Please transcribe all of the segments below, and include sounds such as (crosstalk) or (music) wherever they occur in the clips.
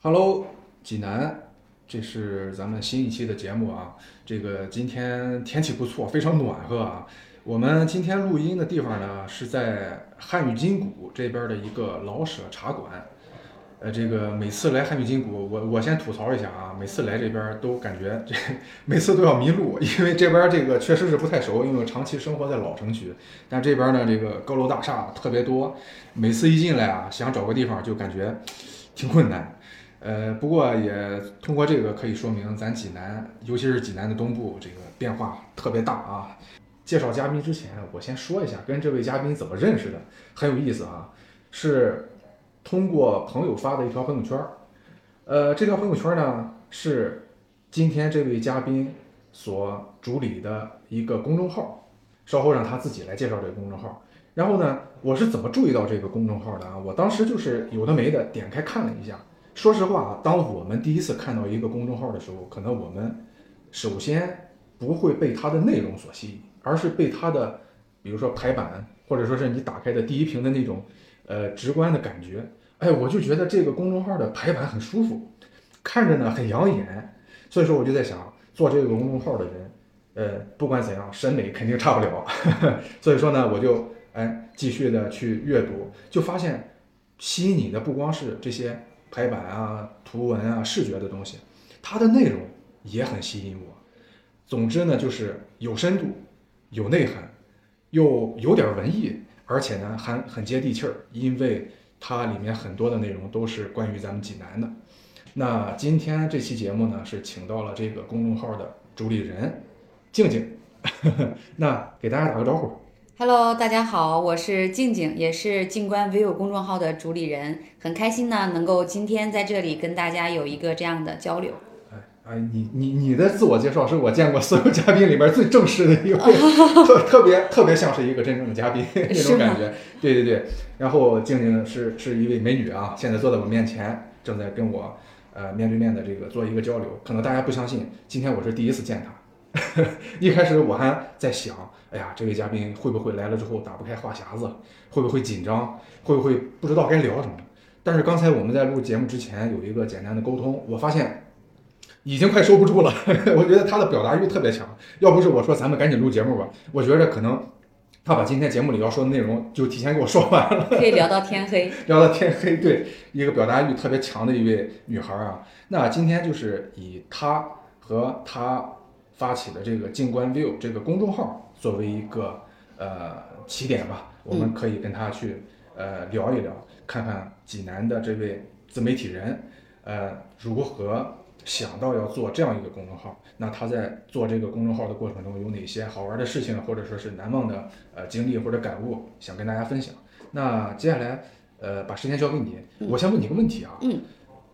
Hello，济南，这是咱们新一期的节目啊。这个今天天气不错，非常暖和啊。我们今天录音的地方呢是在汉语金谷这边的一个老舍茶馆。呃，这个每次来汉语金谷，我我先吐槽一下啊，每次来这边都感觉这 (laughs) 每次都要迷路，因为这边这个确实是不太熟，因为我长期生活在老城区，但这边呢这个高楼大厦特别多，每次一进来啊，想找个地方就感觉挺困难。呃，不过也通过这个可以说明咱济南，尤其是济南的东部，这个变化特别大啊。介绍嘉宾之前，我先说一下跟这位嘉宾怎么认识的，很有意思啊，是通过朋友发的一条朋友圈儿。呃，这条朋友圈呢是今天这位嘉宾所主理的一个公众号，稍后让他自己来介绍这个公众号。然后呢，我是怎么注意到这个公众号的啊？我当时就是有的没的点开看了一下。说实话啊，当我们第一次看到一个公众号的时候，可能我们首先不会被它的内容所吸引，而是被它的，比如说排版，或者说是你打开的第一屏的那种，呃，直观的感觉。哎，我就觉得这个公众号的排版很舒服，看着呢很养眼，所以说我就在想，做这个公众号的人，呃，不管怎样，审美肯定差不了。 (laughs) 所以说呢，我就哎继续的去阅读，就发现吸引你的不光是这些排版啊、图文啊、视觉的东西，它的内容也很吸引我。总之呢，就是有深度、有内涵，又有点文艺，而且呢还很接地气儿，因为它里面很多的内容都是关于咱们济南的。那今天这期节目呢，是请到了这个公众号的主理人静静， (laughs) 那给大家打个招呼。 Hello，大家好，我是静静，也是静观 vivo 公众号的主理人，很开心呢，能够今天在这里跟大家有一个这样的交流。哎哎，你你你的自我介绍是我见过所有嘉宾里边最正式的一位，特特别特别像是一个真正的嘉宾那是种吗感觉。对对对，然后静静是是一位美女啊，现在坐在我面前，正在跟我呃面对面的这个做一个交流。可能大家不相信，今天我是第一次见她。 (laughs) 一开始我还在想，哎呀，这位嘉宾会不会来了之后打不开话匣子，会不会紧张，会不会不知道该聊什么？但是刚才我们在录节目之前有一个简单的沟通，我发现已经快收不住了。 (laughs) 我觉得他的表达欲特别强，要不是我说咱们赶紧录节目吧，我觉着可能他把今天节目里要说的内容就提前给我说完了，可以聊到天黑，聊到天黑。对，一个表达欲特别强的一位女孩啊，那今天就是以她和她发起的这个静观 view 这个公众号作为一个呃起点吧，我们可以跟她去呃聊一聊，看看济南的这位自媒体人呃如何想到要做这样一个公众号。那他在做这个公众号的过程中有哪些好玩的事情，或者说是难忘的呃经历或者感悟，想跟大家分享。那接下来呃把时间交给你，我先问你个问题啊，嗯，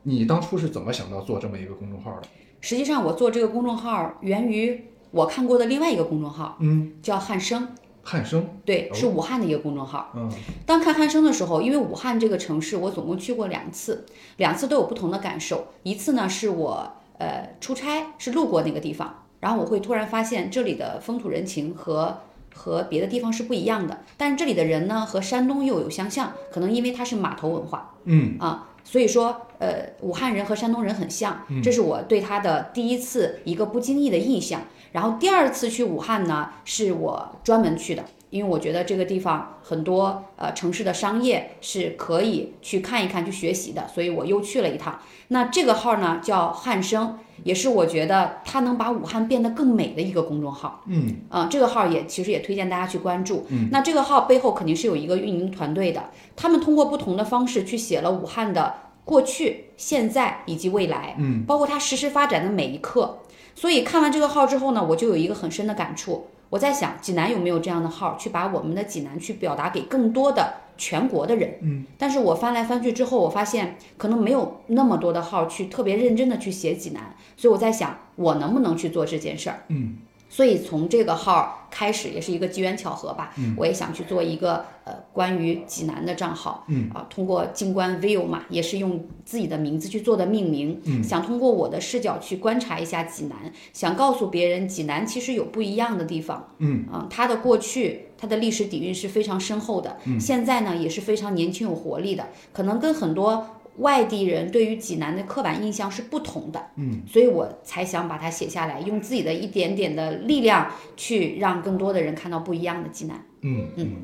你当初是怎么想到做这么一个公众号的？实际上我做这个公众号源于我看过的另外一个公众号，嗯，叫汉生，汉生，对，哦是武汉的一个公众号。嗯当看汉生的时候，因为武汉这个城市我总共去过两次，两次都有不同的感受。一次呢是我呃出差是路过那个地方，然后我会突然发现这里的风土人情和和别的地方是不一样的，但是这里的人呢和山东又有相像，可能因为它是码头文化嗯啊。所以说，呃，武汉人和山东人很像，这是我对他的第一次一个不经意的印象。然后第二次去武汉呢，是我专门去的，因为我觉得这个地方很多呃城市的商业是可以去看一看、去学习的，所以我又去了一趟。那这个号呢叫汉生，也是我觉得它能把武汉变得更美的一个公众号。嗯啊，这个号也其实也推荐大家去关注。嗯，那这个号背后肯定是有一个运营团队的，他们通过不同的方式去写了武汉的过去、现在以及未来，嗯，包括它实时发展的每一刻。所以看完这个号之后呢，我就有一个很深的感触。我在想，济南有没有这样的号，去把我们的济南去表达给更多的全国的人？嗯，但是我翻来翻去之后，我发现可能没有那么多的号去特别认真的去写济南，所以我在想，我能不能去做这件事儿？嗯所以从这个号开始也是一个机缘巧合吧，我也想去做一个呃关于济南的账号，嗯啊，通过静观 view 嘛，也是用自己的名字去做的命名，嗯，想通过我的视角去观察一下济南，想告诉别人济南其实有不一样的地方，嗯啊，它的过去，它的历嗯史底蕴是非常深厚的，现在呢也是非常年轻有活力的，可能跟很多外地人对于济南的刻板印象是不同的，嗯，所以我才想把它写下来，用自己的一点点的力量去让更多的人看到不一样的济南。嗯嗯，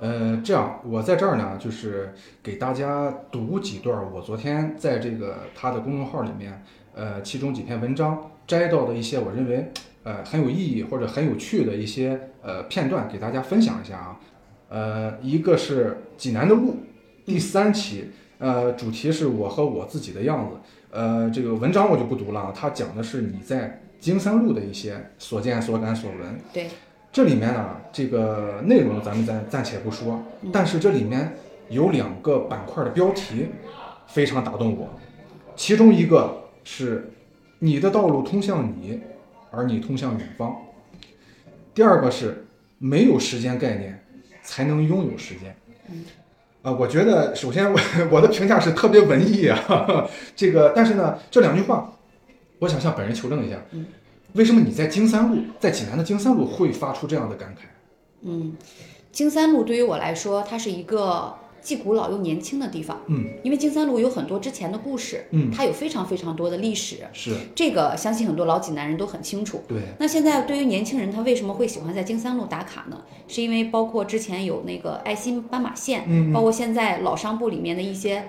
呃，这样我在这儿呢，就是给大家读几段我昨天在这个他的公众号里面，呃，其中几篇文章摘到的一些我认为呃很有意义或者很有趣的一些呃片段，给大家分享一下啊。呃，一个是济南的路第三期。呃，主题是我和我自己的样子。呃，这个文章我就不读了，啊，它讲的是你在京三路的一些所见、所感、所闻。对，这里面呢，这个内容咱们暂暂且不说，但是这里面有两个板块的标题非常打动我，其中一个是“你的道路通向你，而你通向远方”，第二个是“没有时间概念，才能拥有时间”。啊，我觉得首先我我的评价是特别文艺啊， (laughs) 这个但是呢，这两句话，我想向本人求证一下，为什么你在京三路，在济南的京三路会发出这样的感慨？嗯，京三路对于我来说，它是一个既古老又年轻的地方。嗯，因为京三路有很多之前的故事，嗯它有非常非常多的历史，是这个相信很多老济南人都很清楚。对，那现在对于年轻人，他为什么会喜欢在京三路打卡呢？是因为包括之前有那个爱心斑马线，嗯包括现在老商铺里面的一些。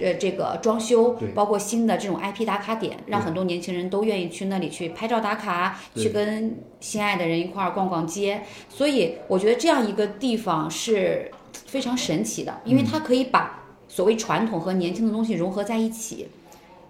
呃，这个装修对，包括新的这种 IP 打卡点，让很多年轻人都愿意去那里去拍照打卡，对去跟心爱的人一块儿逛逛街。所以我觉得这样一个地方是非常神奇的，因为嗯它可以把所谓传统和年轻的东西融合在一起。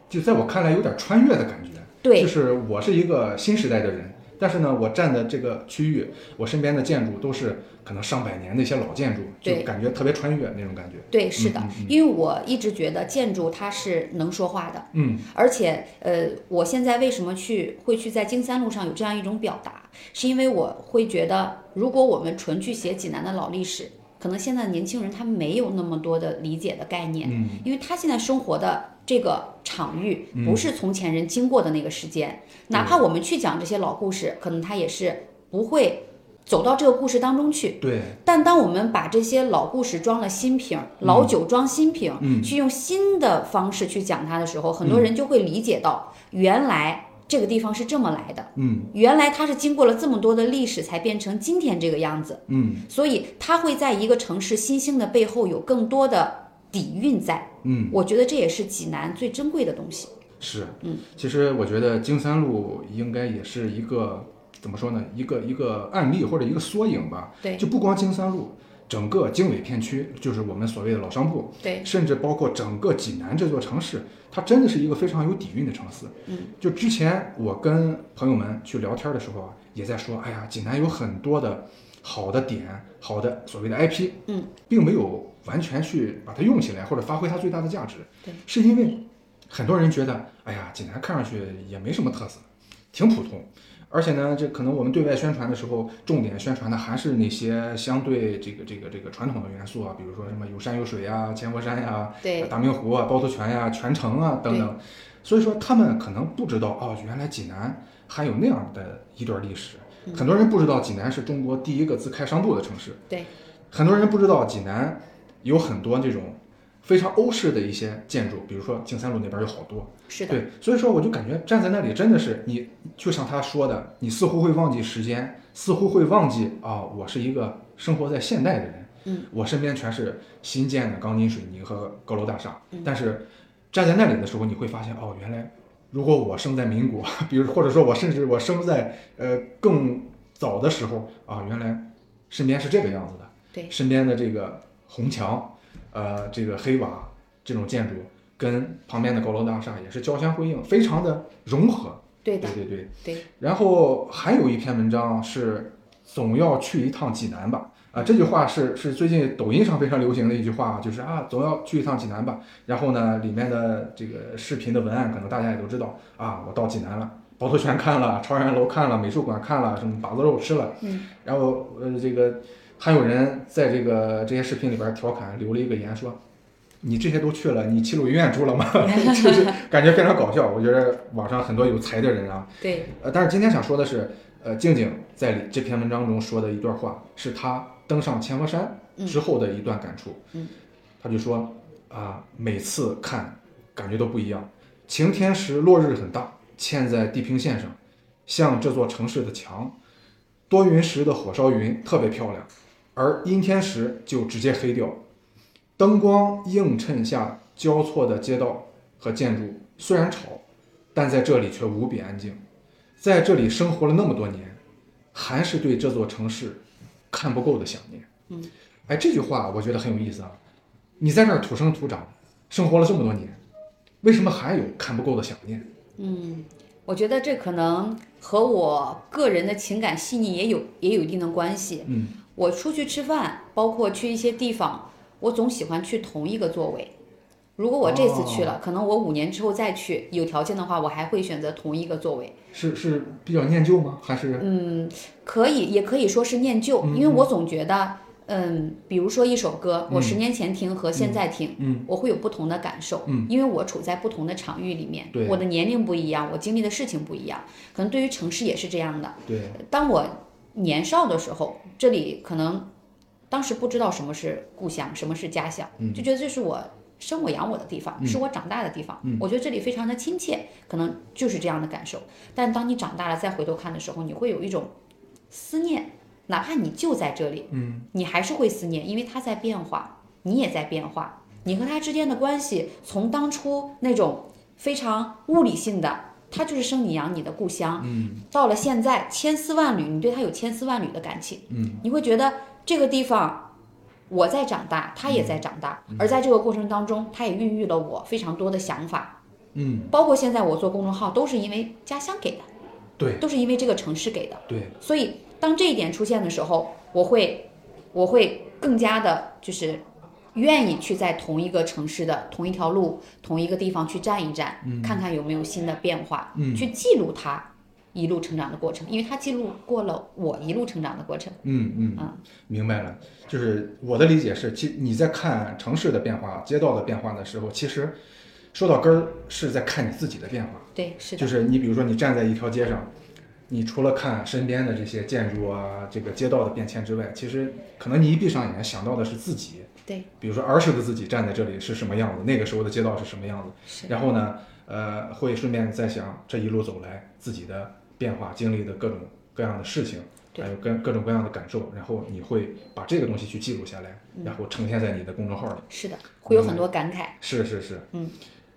就在我看来有点穿越的感觉。对就是我是一个新时代的人，但是呢，我站的这个区域，我身边的建筑都是可能上百年的一些老建筑，就对感觉特别穿越那种感觉。对，是的嗯，因为我一直觉得建筑它是能说话的，嗯，而且呃，我现在为什么去会去在京三路上有这样一种表达，是因为我会觉得，如果我们纯去写济南的老历史，可能现在的年轻人他没有那么多的理解的概念，嗯，因为他现在生活的这个场域不是从前人经过的那个时间，嗯哪怕我们去讲这些老故事，可能他也是不会走到这个故事当中去。对，但当我们把这些老故事装了新瓶，老酒装新瓶，嗯去用新的方式去讲它的时候，很多人就会理解到，原来这个地方是这么来的，嗯原来它是经过了这么多的历史才变成今天这个样子。嗯所以，它会在一个城市新兴的背后有更多的底蕴在。嗯，我觉得这也是济南最珍贵的东西。是，嗯，其实我觉得京三路应该也是一个怎么说呢，一个一个案例或者一个缩影吧。对就不光京三路，整个经纬片区，就是我们所谓的老商铺，对，甚至包括整个济南这座城市，它真的是一个非常有底蕴的城市。嗯，就之前我跟朋友们去聊天的时候啊，也在说，哎呀，济南有很多的好的点，好的所谓的 IP，嗯，并没有完全去把它用起来或者发挥它最大的价值。对，是因为很多人觉得，哎呀，济南看上去也没什么特色，挺普通。而且呢，这可能我们对外宣传的时候，重点宣传的还是那些相对这个这个这个传统的元素啊，比如说什么有山有水啊、千佛山呀、对，大明湖啊、包头泉呀、泉城啊等等。所以说他们可能不知道哦，原来济南还有那样的一段历史。嗯很多人不知道济南是中国第一个自开商铺的城市，对，很多人不知道济南有很多这种非常欧式的一些建筑，比如说京三路那边有好多。是的，对，所以说我就感觉站在那里真的是你，就像他说的，你似乎会忘记时间，似乎会忘记啊、我是一个生活在现代的人，嗯，我身边全是新建的钢筋水泥和高楼大厦，嗯但是站在那里的时候，你会发现哦，原来如果我生在民国， (laughs) 比如或者说我甚至我生在呃更早的时候啊，原来身边是这个样子的，对身边的这个红墙，呃，这个黑瓦这种建筑。跟旁边的高楼大厦也是交相辉映，非常的融合。对对的，对对。对，然后还有一篇文章是“总要去一趟济南吧”，啊，这句话是是最近抖音上非常流行的一句话，就是啊，总要去一趟济南吧。然后呢，里面的这个视频的文案可能大家也都知道啊，我到济南了。包头泉看了，朝阳楼看了，美术馆看了，什么把子肉吃了，嗯，然后呃，这个还有人在这个这些视频里边调侃，留了一个言说：“你这些都去了，你齐鲁医院住了吗？” (laughs) 就是感觉非常搞笑。我觉得网上很多有才的人 (laughs) 啊，对，呃，但是今天想说的是，呃，静静在里这篇文章中说的一段话，是她登上千佛山之后的一段感触。嗯嗯嗯，她就说，啊、啊，每次看感觉都不一样。晴天时落日很大，嵌在地平线上，像这座城市的墙；多云时的火烧云特别漂亮，而阴天时就直接黑掉。灯光映衬下交错的街道和建筑，虽然吵，但在这里却无比安静。在这里生活了那么多年，还是对这座城市看不够的想念。嗯，哎，这句话我觉得很有意思啊。你在这儿土生土长，生活了这么多年，为什么还有看不够的想念？嗯，我觉得这可能和我个人的情感细腻也有也有一定的关系。嗯，我出去吃饭，包括去一些地方，我总喜欢去同一个座位。如果我这次去了，可能我五年之后再去，有条件的话，我还会选择同一个座位。是是比较念旧吗？还是嗯，可以，也可以说是念旧，嗯因为我总觉得，嗯，比如说一首歌，我十年前听和现在听，嗯，我会有不同的感受，嗯，因为我处在不同的场域里面对，我的年龄不一样，我经历的事情不一样，可能对于城市也是这样的。对当我年少的时候，这里可能当时不知道什么是故乡，什么是家乡，就觉得这是我生我养我的地方，是我长大的地方。我觉得这里非常的亲切，可能就是这样的感受。但当你长大了再回头看的时候，你会有一种思念，哪怕你就在这里，嗯，你还是会思念，因为它在变化，你也在变化，你和它之间的关系从当初那种非常物理性的。它就是生你养你的故乡，到了现在，千丝万缕，你对他有千丝万缕的感情，嗯，你会觉得这个地方我在长大，他也嗯在长大，而在这个过程当中，他也孕育了我非常多的想法，嗯，包括现在我做公众号都是因为家乡给的，对都是因为这个城市给的，对所以当这一点出现的时候，我会我会更加的就是。愿意去在同一个城市的同一条路、同一个地方去站一站，看看有没有新的变化。嗯去记录他一路成长的过程，因为他记录过了我一路成长的过程。嗯嗯啊明白了。就是我的理解是，其你在看城市的变化、街道的变化的时候，其实说到根儿是在看你自己的变化。对，是的，就是你比如说你站在一条街上，你除了看身边的这些建筑啊、这个街道的变迁之外，其实可能你一闭上眼想到的是自己，对，比如说儿时的自己站在这里是什么样子，那个时候的街道是什么样子，是然后呢，呃，会顺便在想这一路走来自己的变化、经历的各种各样的事情。对还有各各种各样的感受，然后你会把这个东西去记录下来，嗯然后呈现在你的公众号里。是的，会有很多感慨。是是是，嗯。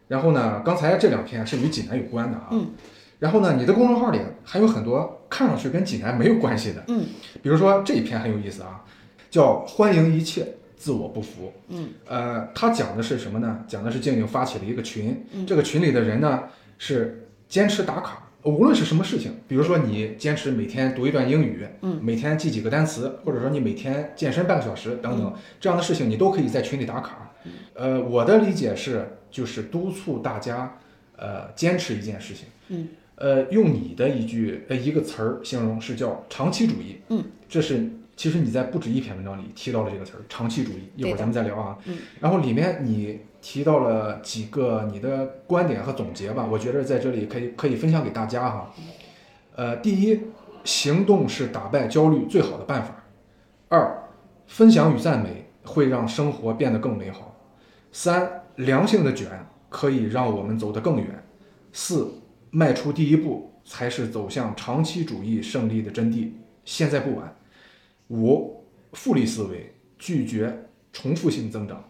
然后呢，刚才这两篇是与济南有关的啊。嗯。然后呢，你的公众号里还有很多看上去跟济南没有关系的。嗯。比如说这一篇很有意思啊，叫“欢迎一切，自我不服”。嗯。呃，它讲的是什么呢？讲的是静静发起了一个群，嗯这个群里的人呢是坚持打卡。无论是什么事情，比如说你坚持每天读一段英语，嗯，每天记几个单词，或者说你每天健身半个小时等等，这样的事情你都可以在群里打卡。呃，我的理解是，就是督促大家，呃，坚持一件事情。嗯。呃，用你的一句呃一个词儿形容是叫长期主义。嗯。这是其实你在不止一篇文章里提到了这个词儿，长期主义。一会对儿的咱们再聊啊。嗯。然后里面你提到了几个你的观点和总结吧，我觉得在这里可以可以分享给大家哈。呃，第一，行动是打败焦虑最好的办法。二，分享与赞美会让生活变得更美好。三，良性的卷可以让我们走得更远。四，迈出第一步才是走向长期主义胜利的真谛，现在不晚。五，复利思维，拒绝重复性增长。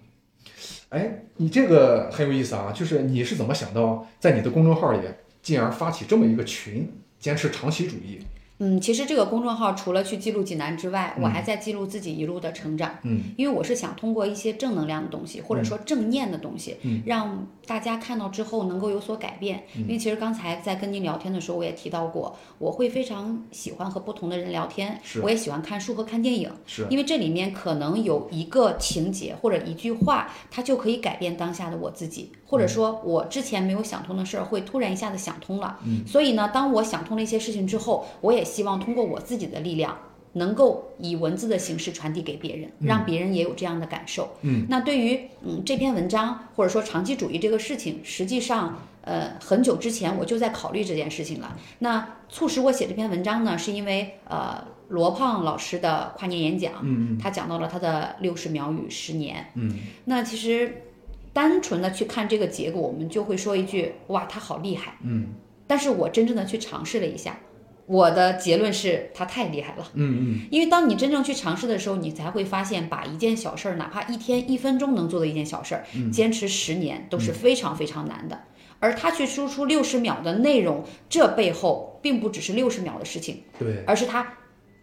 哎，你这个很有意思啊，就是你是怎么想到在你的公众号里，进而发起这么一个群，坚持长期主义？嗯，其实这个公众号除了去记录济南之外，我还在记录自己一路的成长。嗯，因为我是想通过一些正能量的东西，或者说正念的东西，嗯让大家看到之后能够有所改变。因为其实刚才在跟您聊天的时候，我也提到过，我会非常喜欢和不同的人聊天是，我也喜欢看书和看电影。是，因为这里面可能有一个情节或者一句话，它就可以改变当下的我自己，或者嗯说我之前没有想通的事儿，会突然一下子想通了。嗯，所以呢，当我想通了一些事情之后，我也希望通过我自己的力量，能够以文字的形式传递给别人，让别人也有这样的感受。嗯，那对于嗯这篇文章或者说长期主义这个事情，实际上呃很久之前我就在考虑这件事情了。那促使我写这篇文章呢，是因为呃罗胖老师的跨年演讲，嗯他讲到了他的六十秒与十年。嗯那其实。单纯的去看这个结果，我们就会说一句哇，他好厉害。嗯但是我真正的去尝试了一下，我的结论是他太厉害了。嗯嗯，因为当你真正去尝试的时候，你才会发现，把一件小事儿，哪怕一天一分钟能做的一件小事儿，嗯坚持十年都是非常非常难的。而他去输出六十秒的内容，这背后并不只是六十秒的事情，对而是他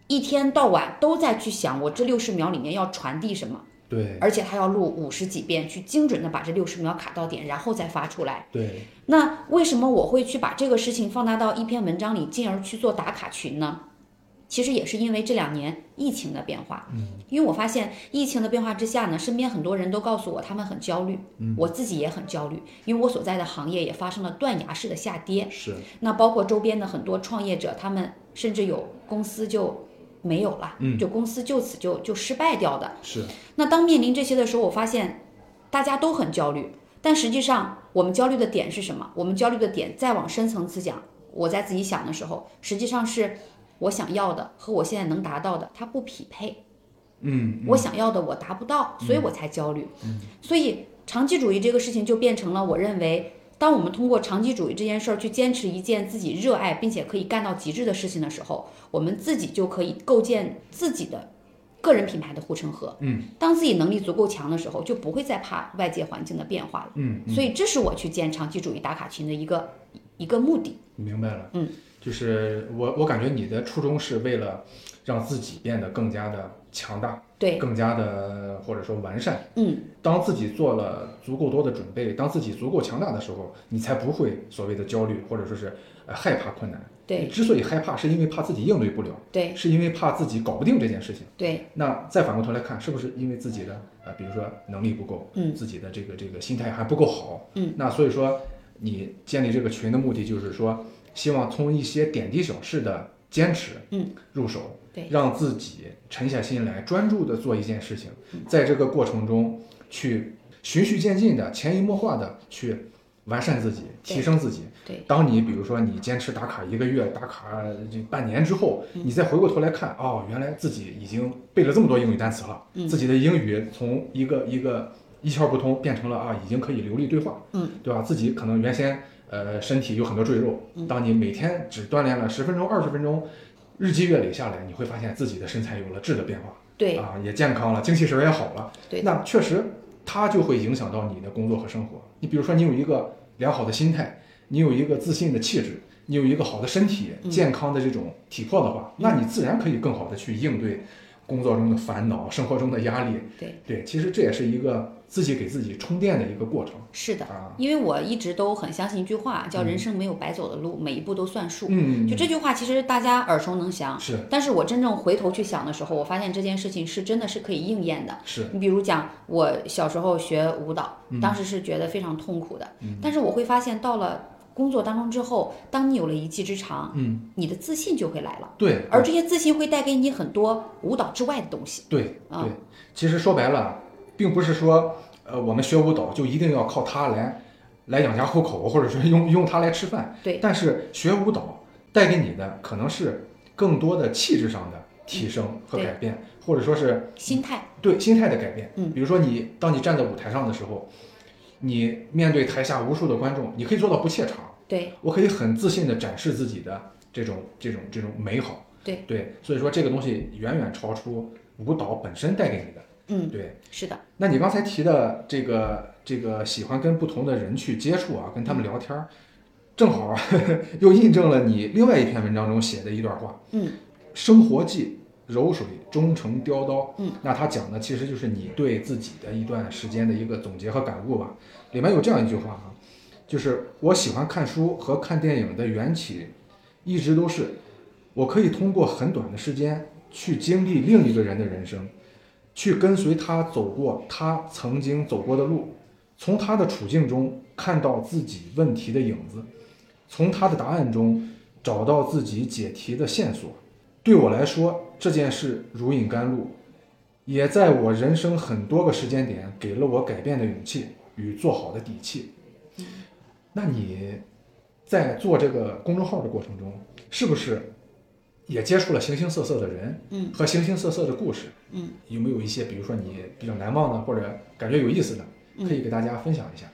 一天到晚都在去想，我这六十秒里面要传递什么，对而且他要录五十几遍，去精准的把这六十秒卡到点，然后再发出来。对，那为什么我会去把这个事情放大到一篇文章里，进而去做打卡群呢？其实也是因为这两年疫情的变化，嗯，因为我发现疫情的变化之下呢，身边很多人都告诉我他们很焦虑，嗯，我自己也很焦虑，因为我所在的行业也发生了断崖式的下跌，是那包括周边的很多创业者，他们甚至有公司就没有了，嗯就公司就此就就失败掉的。是，那当面临这些的时候，我发现大家都很焦虑，但实际上我们焦虑的点是什么？我们焦虑的点再往深层次讲，我在自己想的时候，实际上是我想要的和我现在能达到的它不匹配，嗯我想要的我达不到，所以我才焦虑。所以长期主义这个事情就变成了我认为。当我们通过长期主义这件事儿去坚持一件自己热爱并且可以干到极致的事情的时候，我们自己就可以构建自己的个人品牌的护城河。当自己能力足够强的时候，就不会再怕外界环境的变化了。嗯，所以这是我去建长期主义打卡群的一个一个目的。明白了，嗯，就是我我感觉你的初衷是为了让自己变得更加的强大，对，更加的或者说完善。嗯，当自己做了足够多的准备，当自己足够强大的时候，你才不会所谓的焦虑，或者说是呃害怕困难。你对，之所以害怕，是因为怕自己应对不了，对，是因为怕自己搞不定这件事情。对，那再反过头来看，是不是因为自己的呃，比如说能力不够，嗯自己的这个这个心态还不够好，嗯，那所以说你建立这个群的目的就是说，希望从一些点滴小事的坚持，嗯，入手，对让自己沉下心来，专注的做一件事情，嗯在这个过程中去循序渐进的、潜移默化的去完善自己，对提升自己。对，当你比如说你坚持打卡一个月、打卡这半年之后，嗯你再回过头来看，哦，原来自己已经背了这么多英语单词了，嗯自己的英语从一个一个一窍不通变成了啊，已经可以流利对话，嗯，对吧？自己可能原先呃身体有很多赘肉，嗯当你每天只锻炼了十分钟、二十分钟，日积月累下来，你会发现自己的身材有了质的变化，对，啊，也健康了，精气神儿也好了。对那确实它就会影响到你的工作和生活。你比如说，你有一个良好的心态，你有一个自信的气质，你有一个好的身体、嗯健康的这种体魄的话，那你自然可以更好的去应对工作中的烦恼、生活中的压力。对，对，其实这也是一个自己给自己充电的一个过程是的。啊。因为我一直都很相信一句话，叫“人生没有白走的路，每一步都算数”。嗯，就这句话，其实大家耳熟能详。是但是我真正回头去想的时候，我发现这件事情是真的是可以应验的。是，嗯你比如讲，我小时候学舞蹈，当时是觉得非常痛苦的，但是我会发现，到了工作当中之后，当你有了一技之长，嗯，你的自信就会来了，对，而这些自信会带给你很多舞蹈之外的东西。对啊对，其实说白了，并不是说呃我们学舞蹈就一定要靠它来来养家糊口，或者说用用它来吃饭。对但是学舞蹈带给你的可能是更多的气质上的提升和对改变，或者说是心态，对心态的改变。嗯比如说你当你站在舞台上的时候，你面对台下无数的观众，你可以做到不怯场，对我可以很自信的展示自己的这种这种这种美好。对，对，所以说这个东西远远超出舞蹈本身带给你的。嗯，对，是的，那你刚才提的这个这个喜欢跟不同的人去接触啊，跟他们聊天儿，正好啊 (laughs) 又印证了你另外一篇文章中写的一段话，嗯，生活记。柔水终成雕刀，嗯，那他讲的其实就是你对自己的一段时间的一个总结和感悟吧。里面有这样一句话啊，就是我喜欢看书和看电影的缘起，一直都是我可以通过很短的时间去经历另一个人的人生，去跟随他走过他曾经走过的路，从他的处境中看到自己问题的影子，从他的答案中找到自己解题的线索。对我来说，这件事如饮甘露，也在我人生很多个时间点给了我改变的勇气与做好的底气。那你在做这个公众号的过程中，是不是也接触了形形色色的人，嗯，和形形色色的故事？嗯，有没有一些，比如说你比较难忘的，或者感觉有意思的嗯可以给大家分享一下。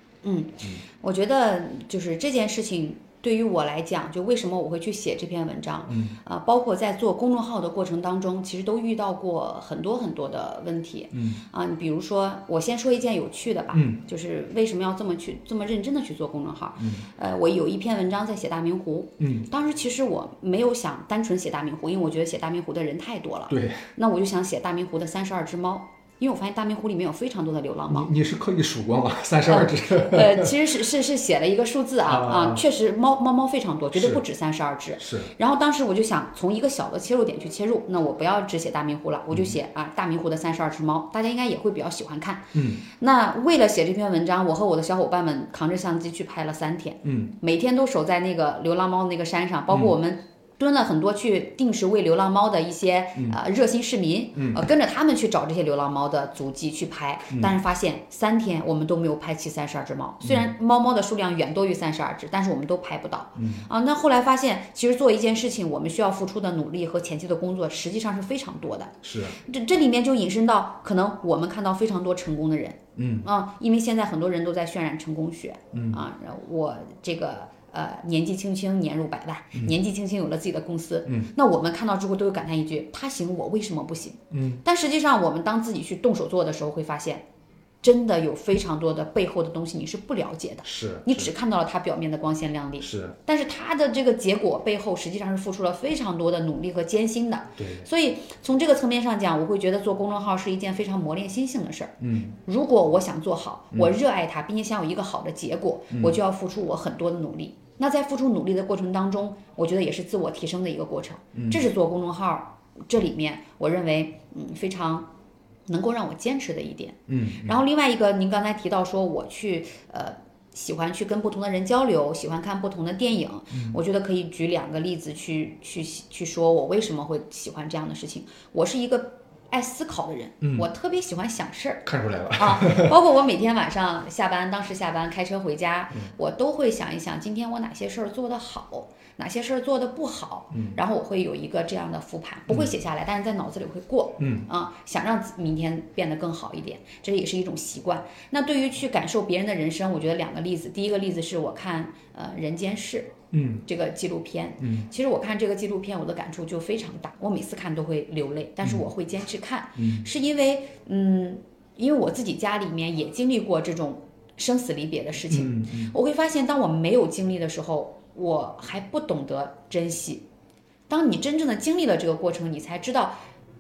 我觉得就是这件事情对于我来讲，就为什么我会去写这篇文章，嗯，啊、包括在做公众号的过程当中，其实都遇到过很多很多的问题，嗯，啊，你比如说，我先说一件有趣的吧，嗯，就是为什么要这么去这么认真的去做公众号，嗯，呃，我有一篇文章在写大明湖，嗯，当时其实我没有想单纯写大明湖，因为我觉得写大明湖的人太多了，对，那我就想写大明湖的三十二只猫，因为我发现大明湖里面有非常多的流浪猫。你你是刻意数过吗？啊 (laughs) 三十二只，呃，其实是是是写了一个数字啊啊啊，确实猫猫猫非常多，绝对是不止三十二只。是然后当时我就想从一个小的切入点去切入，那我不要只写大明湖嗯了，我就写啊大明湖的三十二只猫，大家应该也会比较喜欢看。嗯，那为了写这篇文章，我和我的小伙伴们扛着相机去拍了三天，嗯，每天都守在那个流浪猫那个山上，包括我们。蹲了很多去定时喂流浪猫的一些、嗯呃热心市民，呃跟着他们去找这些流浪猫的足迹去拍，嗯但是发现三天我们都没有拍齐三十二只猫，虽然嗯猫猫的数量远多于三十二只，但是我们都拍不到。啊，那后来发现，其实做一件事情，我们需要付出的努力和前期的工作，实际上是非常多的。是，这这里面就引申到，可能我们看到非常多成功的人，嗯啊，因为现在很多人都在渲染成功学，嗯啊，然后我这个呃年纪轻轻年入百万，年纪轻轻有了自己的公司，嗯，那我们看到之后都会感叹一句：他行，我为什么不行？嗯，但实际上我们当自己去动手做的时候，会发现，真的有非常多的背后的东西你是不了解的，是，你只看到了它表面的光鲜亮丽。是，但是他的这个结果背后实际上是付出了非常多的努力和艰辛的。对，所以从这个层面上讲，我会觉得做公众号是一件非常磨练心性的事儿。嗯，如果我想做好，我热爱它，并且想有一个好的结果，我就要付出我很多的努力。那在付出努力的过程当中，我觉得也是自我提升的一个过程。这是做公众号这里面，我认为嗯非常能够让我坚持的一点。嗯，然后另外一个，您刚才提到说我去呃喜欢去跟不同的人交流，喜欢看不同的电影，我觉得可以举两个例子去去去说我为什么会喜欢这样的事情。我是一个爱思考的人，我特别喜欢想事儿。看出来了，啊，包括我每天晚上下班，当时下班开车回家，我都会想一想今天我哪些事儿做得好，哪些事儿做得不好，然后我会有一个这样的复盘，不会写下来，但是在脑子里会过，嗯啊，想让自明天变得更好一点，这也是一种习惯。那对于去感受别人的人生，我觉得两个例子，第一个例子是我看呃《人间世》。嗯，这个纪录片，嗯，其实我看这个纪录片，我的感触就非常大，我每次看都会流泪，但是我会坚持看，嗯，是因为，嗯，因为我自己家里面也经历过这种生死离别的事情，嗯我会发现，当我没有经历的时候，我还不懂得珍惜。当你真正的经历了这个过程，你才知道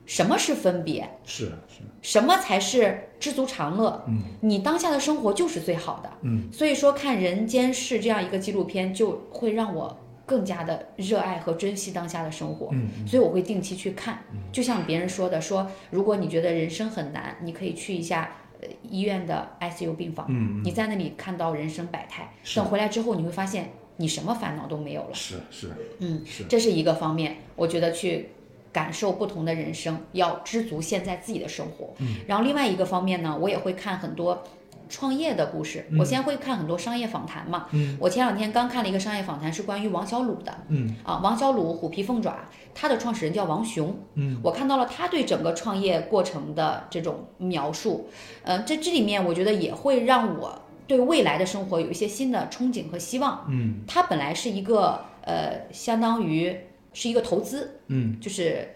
什么是分别，是是，什么才是知足常乐？嗯，你当下的生活就是最好的。嗯，所以说看《人间世》这样一个纪录片，就会让我更加的热爱和珍惜当下的生活。嗯，所以我会定期去看。就像别人说的，说如果你觉得人生很难，你可以去一下。呃医院的 ICU 病房，嗯，你在那里看到人生百态，是等回来之后，你会发现你什么烦恼都没有了。是是，嗯是，这是一个方面，我觉得去感受不同的人生，要知足现在自己的生活。嗯，然后另外一个方面呢，我也会看很多。创业的故事，我先会看很多商业访谈嘛。嗯，我前两天刚看了一个商业访谈，是关于王小鲁的。嗯，啊，王小鲁虎皮凤爪，他的创始人叫王雄。嗯，我看到了他对整个创业过程的这种描述，呃，这这里面我觉得也会让我对未来的生活有一些新的憧憬和希望。嗯它本来是一个呃，相当于是一个投资，嗯，就是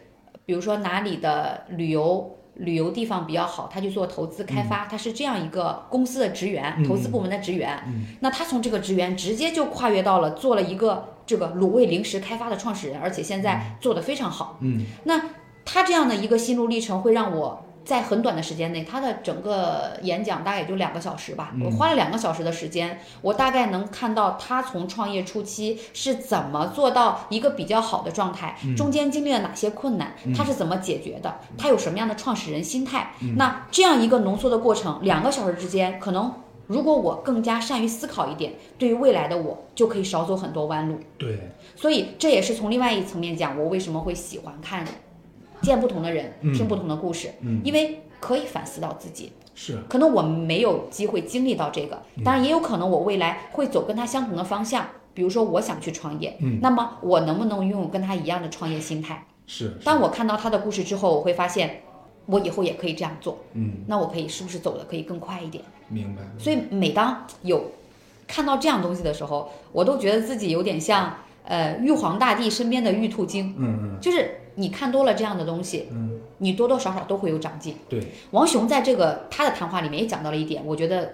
比如说哪里的旅游旅游地方比较好，他去做投资开发，他是这样一个公司的职员，投资部门的职员，那他从这个职员直接就跨越到了做了一个这个卤味零食开发的创始人，而且现在做得非常好，嗯，那他这样的一个心路历程会让我。在很短的时间内，他的整个演讲大概也就两个小时吧，我花了两个小时的时间，我大概能看到他从创业初期是怎么做到一个比较好的状态，中间经历了哪些困难，他是怎么解决的，他有什么样的创始人心态。那这样一个浓缩的过程，两个小时之间，可能如果我更加善于思考一点，对于未来的我就可以少走很多弯路。对，所以这也是从另外一层面讲，我为什么会喜欢看见不同的人，嗯听不同的故事，嗯因为可以反思到自己。是可能我没有机会经历到这个，嗯当然也有可能我未来会走跟他相同的方向。比如说，我想去创业，嗯那么我能不能拥有跟他一样的创业心态？是，当我看到他的故事之后，我会发现，我以后也可以这样做，嗯，那我可以是不是走的可以更快一点？明白。所以每当有看到这样东西的时候，我都觉得自己有点像呃玉皇大帝身边的玉兔精，嗯就是你看多了这样的东西，嗯嗯，你多多少少都会有长进。对，王雄在这个他的谈话里面也讲到了一点，我觉得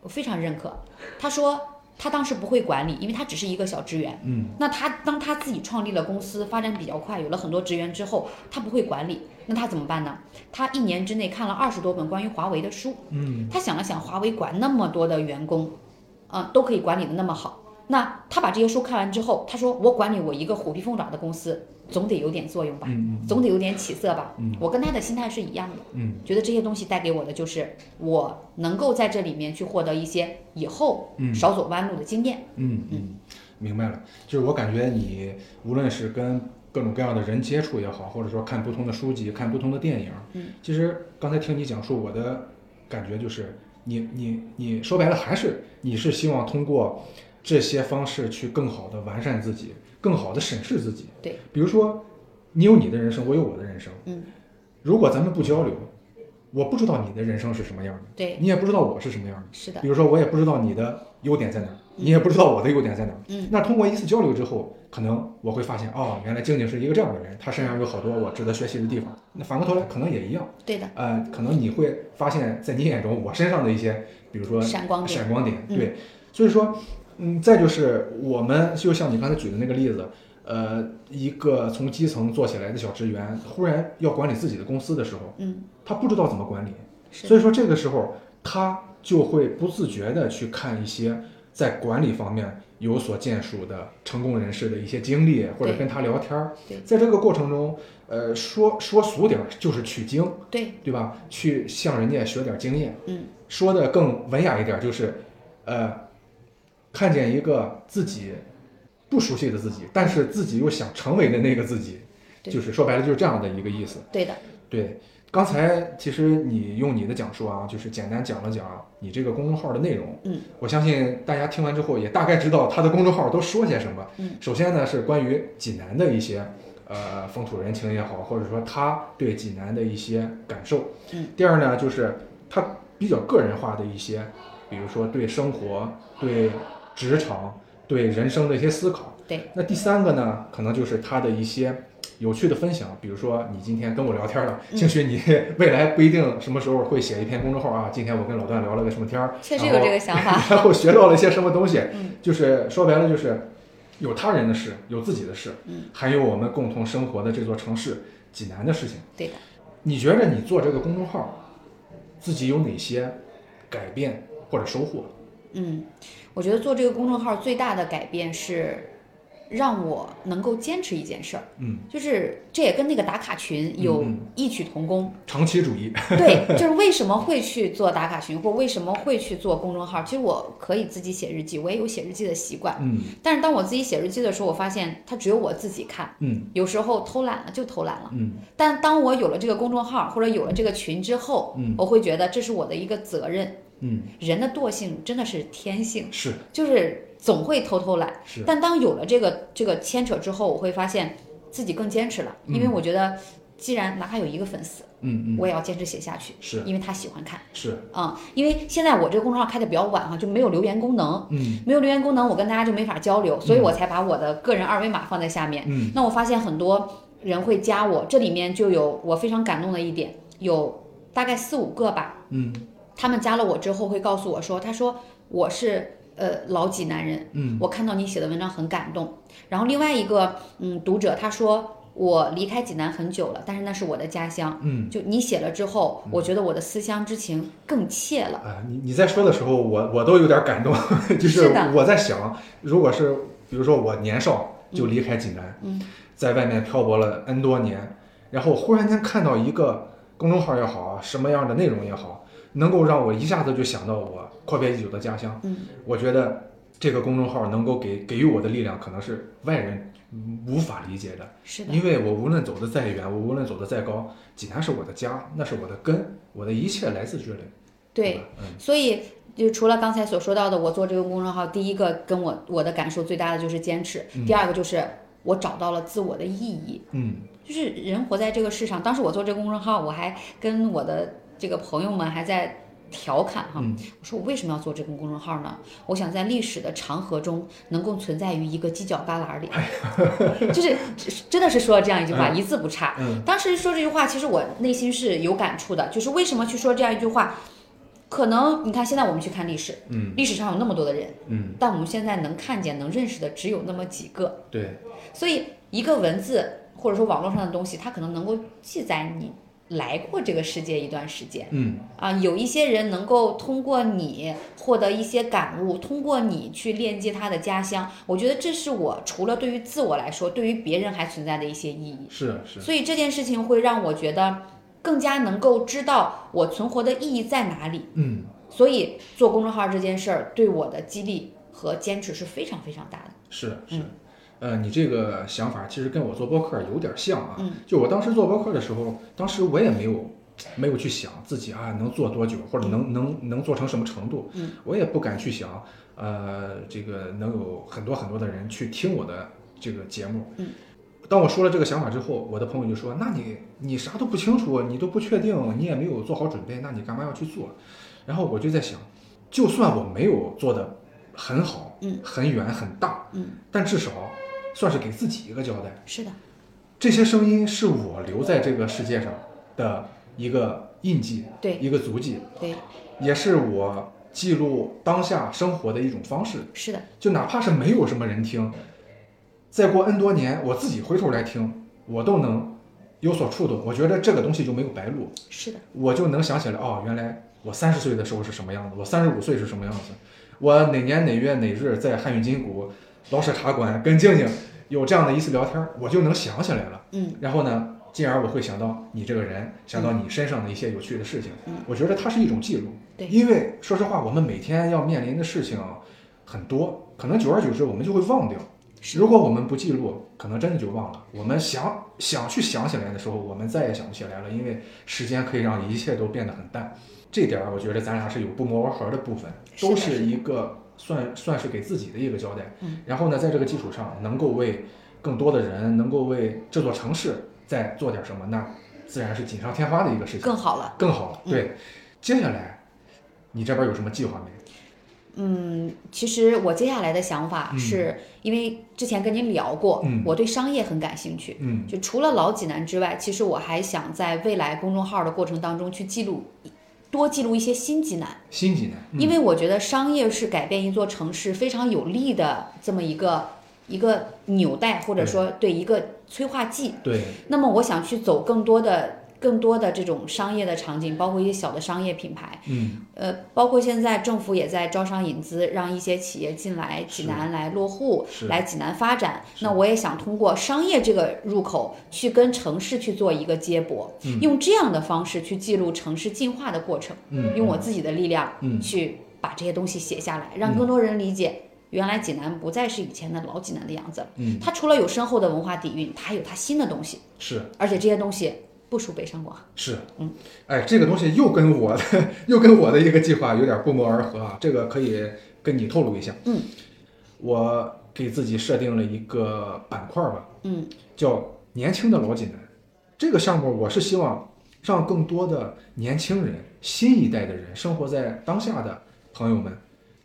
我非常认可。他说他当时不会管理，因为他只是一个小职员。嗯那他当他自己创立了公司，发展比较快，有了很多职员之后，他不会管理，那他怎么办呢？他一年之内看了二十多本关于华为的书，嗯他想了想，华为管那么多的员工，啊、都可以管理的那么好，那他把这些书看完之后，他说我管理我一个虎皮凤爪的公司，总得有点作用吧，嗯总得有点起色吧。嗯我跟他的心态是一样的。嗯觉得这些东西带给我的就是我能够在这里面去获得一些以后嗯少走弯路的经验。嗯嗯，明白了。就是我感觉你无论是跟各种各样的人接触也好，或者说看不同的书籍、看不同的电影，嗯，其实刚才听你讲述，我的感觉就是你你你说白了还是你是希望通过这些方式去更好的完善自己，更好的审视自己。对，比如说你有你的人生，我有我的人生。嗯，如果咱们不交流，我不知道你的人生是什么样的，对，你也不知道我是什么样的。是的，比如说，我也不知道你的优点在哪儿，你也不知道我的优点在哪儿。嗯，那通过一次交流之后，可能我会发现，哦，原来静静是一个这样的人，她身上有好多我值得学习的地方。那反过头来，可能也一样，对的，呃，可能你会发现，在你眼中我身上的一些，比如说闪光点。闪光点，嗯对。所以说，嗯，再就是我们就像你刚才举的那个例子，呃，一个从基层做起来的小职员，忽然要管理自己的公司的时候，嗯，他不知道怎么管理，是所的，以说这个时候他就会不自觉的去看一些在管理方面有所建树的成功人士的一些经历，或者对跟他聊天儿对。在这个过程中，呃，说说俗点儿就是取经，对，对吧？去向人家学点儿经验。嗯，说的更文雅一点儿就是，呃，看见一个自己不熟悉的自己，但是自己又想成为的那个自己，对就是说白了就是这样的一个意思。对的，对，刚才其实你用你的讲述啊，就是简单讲了讲你这个公众号的内容。嗯，我相信大家听完之后也大概知道他的公众号都说些什么。嗯，首先呢是关于济南的一些呃风土人情也好，或者说他对济南的一些感受。嗯，第二呢就是他比较个人化的一些，比如说对生活、对职场、对人生的一些思考。对，那第三个呢，可能就是他的一些有趣的分享，比如说你今天跟我聊天了，嗯兴许你 (laughs) 未来不一定什么时候会写一篇公众号啊。今天我跟老段聊了个什么天儿，确实有这个想法。 (laughs) 然后学到了一些什么东西，啊嗯就是说白了就是有他人的事，有自己的事，嗯还有我们共同生活的这座城市济南的事情。对的，你觉着你做这个公众号，自己有哪些改变或者收获？嗯，我觉得做这个公众号最大的改变是，让我能够坚持一件事儿，嗯，就是这也跟那个打卡群有嗯异曲同工。 (laughs) 长期主义。对，就是为什么会去做打卡群，或为什么会去做公众号？其实我可以自己写日记，我也有写日记的习惯。嗯但是当我自己写日记的时候，我发现它只有我自己看，嗯有时候偷懒了就偷懒了。嗯但当我有了这个公众号或者有了这个群之后，嗯我会觉得这是我的一个责任。嗯，人的惰性真的是天性，是就是总会偷偷懒。是，但当有了这个这个牵扯之后，我会发现自己更坚持了，因为嗯我觉得既然哪怕有一个粉丝，嗯嗯我也要坚持写下去，是因为他喜欢看。是，嗯，因为现在我这个公众号开的比较晚哈，就没有留言功能，嗯没有留言功能，我跟大家就没法交流，所以我才把我的个人二维码放在下面。嗯那我发现很多人会加我，这里面就有我非常感动的一点，有大概四五个吧，嗯他们加了我之后会告诉我说，他说我是呃老济南人，嗯我看到你写的文章很感动。然后另外一个嗯读者他说我离开济南很久了，但是那是我的家乡。嗯。就你写了之后，我觉得我的思乡之情更切了。啊，你你在说的时候，我我都有点感动， (laughs) 就是是的我在想，如果是比如说我年少就离开济南，嗯在外面漂泊了 N 多年，然后忽然间看到一个公众号也好啊，什么样的内容也好，能够让我一下子就想到我阔别已久的家乡，嗯，我觉得这个公众号能够给给予我的力量，可能是外人无法理解的。是的，因为我无论走得再远，我无论走得再高，济南是我的家，那是我的根，我的一切来自这里。对。吧，嗯所以就除了刚才所说到的，我做这个公众号，第一个跟我我的感受最大的就是坚持，第二个就是我找到了自我的意义。嗯就是人活在这个世上，当时我做这个公众号，我还跟我的这个朋友们还在调侃哈，嗯我说我为什么要做这个公众号呢？我想在历史的长河中能够存在于一个犄角旮旯里， (laughs) 就是真的是说了这样一句话，一字不差。嗯当时说这句话，其实我内心是有感触的，就是为什么去说这样一句话？可能你看现在我们去看历史，嗯历史上有那么多的人，嗯，但我们现在能看见、能认识的只有那么几个。对，所以一个文字或者说网络上的东西，它可能能够记载你来过这个世界一段时间嗯啊。有一些人能够通过你获得一些感悟，通过你去链接他的家乡。我觉得这是我除了对于自我来说，对于别人还存在的一些意义。是啊是，所以这件事情会让我觉得更加能够知道我存活的意义在哪里。嗯所以做公众号这件事儿对我的激励和坚持是非常非常大的。是啊是嗯。呃，你这个想法其实跟我做播客有点像啊。嗯就我当时做播客的时候，当时我也没有没有去想自己啊能做多久，或者能能能做成什么程度。嗯，我也不敢去想，呃，这个能有很多很多的人去听我的这个节目。嗯，当我说了这个想法之后，我的朋友就说：“那你你啥都不清楚，你都不确定，你也没有做好准备，那你干嘛要去做？”然后我就在想，就算我没有做的很好，嗯，很远很大，嗯，但至少算是给自己一个交代。是的，这些声音是我留在这个世界上的一个印记，对一个足迹，对，也是我记录当下生活的一种方式。是的。就哪怕是没有什么人听，再过 N 多年，我自己回头来听，我都能有所触动。我觉得这个东西就没有白录，是的，我就能想起来，哦，原来我三十岁的时候是什么样子，我三十五岁是什么样子，我哪年哪月哪日在汉语金谷老舍茶馆跟静静有这样的一次聊天，我就能想起来了。嗯，然后呢，进而我会想到你这个人，想到你身上的一些有趣的事情。嗯我觉得它是一种记录。对因为说实话，我们每天要面临的事情很多，可能久而久之我们就会忘掉。是如果我们不记录，可能真的就忘了。我们想想去想起来的时候，我们再也想不起来了，因为时间可以让一切都变得很淡。这点儿我觉得咱俩是有不谋而合的部分，是的都是是的一个算算是给自己的一个交代。嗯然后呢，在这个基础上，能够为更多的人，能够为这座城市再做点什么，那自然是锦上添花的一个事情，更好了。更好了。嗯对，接下来你这边有什么计划没？嗯，其实我接下来的想法嗯是、因为之前跟您聊过，嗯我对商业很感兴趣。嗯就除了老济南之外，其实我还想在未来公众号的过程当中去记录，多记录一些新济南，新济南，嗯因为我觉得商业是改变一座城市非常有力的这么一个一个纽带，或者说对一个催化剂。嗯对，那么我想去走更多的、更多的这种商业的场景，包括一些小的商业品牌，嗯呃，包括现在政府也在招商引资，让一些企业进来是济南来落户是，来济南发展。是那我也想通过商业这个入口去跟城市去做一个接驳，嗯用这样的方式去记录城市进化的过程，嗯，用我自己的力量嗯去把这些东西写下来，让嗯更多人理解。原来济南不再是以前的老济南的样子了，嗯它除了有深厚的文化底蕴，它还有它新的东西。是。而且这些东西不输北上广。是，嗯，哎，这个东西又跟我的又跟我的一个计划有点不谋而合啊，这个可以跟你透露一下。嗯，我给自己设定了一个板块吧，嗯，叫“年轻的老济南”。这个项目我是希望让更多的年轻人、新一代的人，生活在当下的朋友们，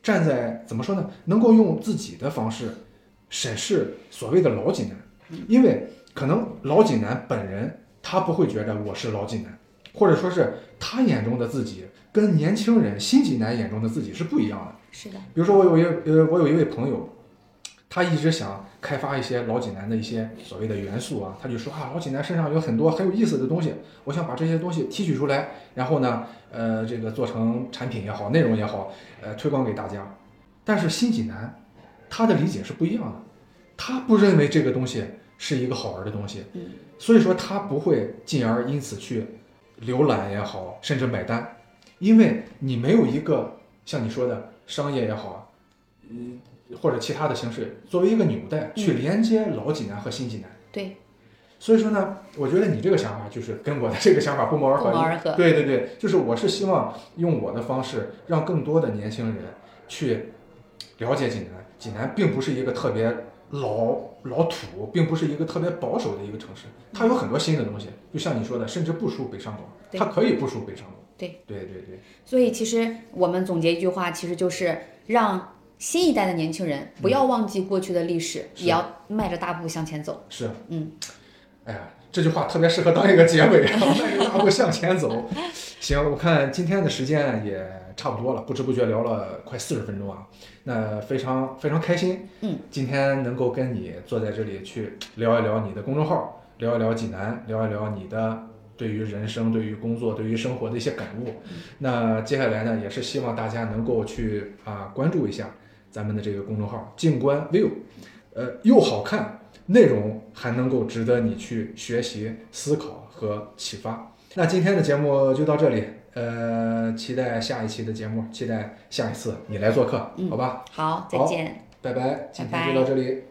站在怎么说呢，能够用自己的方式审视所谓的老济嗯南，因为可能老济南本人他不会觉得我是老济南，或者说是他眼中的自己跟年轻人新济南眼中的自己是不一样的。是的，比如说我有一呃，我有一位朋友，他一直想开发一些老济南的一些所谓的元素啊，他就说啊，老济南身上有很多很有意思的东西，我想把这些东西提取出来，然后呢，呃，这个做成产品也好，内容也好，呃，推广给大家。但是新济南，他的理解是不一样的，他不认为这个东西是一个好玩的东西，嗯所以说他不会进而因此去浏览也好，甚至买单，因为你没有一个像你说的商业也好，嗯，或者其他的形式，作为一个纽带去连接老济南和新济南。对，所以说呢，我觉得你这个想法就是跟我的这个想法不谋而不合。谋而合。对对对，就是我是希望用我的方式，让更多的年轻人去了解济南。济南并不是一个特别老老土，并不是一个特别保守的一个城市，它有很多新的东西，就像你说的，甚至不输北上广，对它可以不输北上广。对对对对，所以其实我们总结一句话，其实就是让新一代的年轻人不要忘记过去的历史，嗯是也要迈着大步向前走。是，嗯，哎呀，这句话特别适合当一个结尾， (laughs) 然后迈着大步向前走。行，我看今天的时间啊也差不多了，不知不觉聊了快四十分钟啊，那非常非常开心。嗯，今天能够跟你坐在这里去聊一聊你的公众号，聊一聊济南，聊一聊你的。对于人生、对于工作、对于生活的一些感悟，嗯那接下来呢，也是希望大家能够去啊关注一下咱们的这个公众号“静观 view”，呃，又好看内容还能够值得你去学习、思考和启发。那今天的节目就到这里，呃，期待下一期的节目，期待下一次你来做客，好吧？好，再好见。拜拜，今拜天拜就到这里。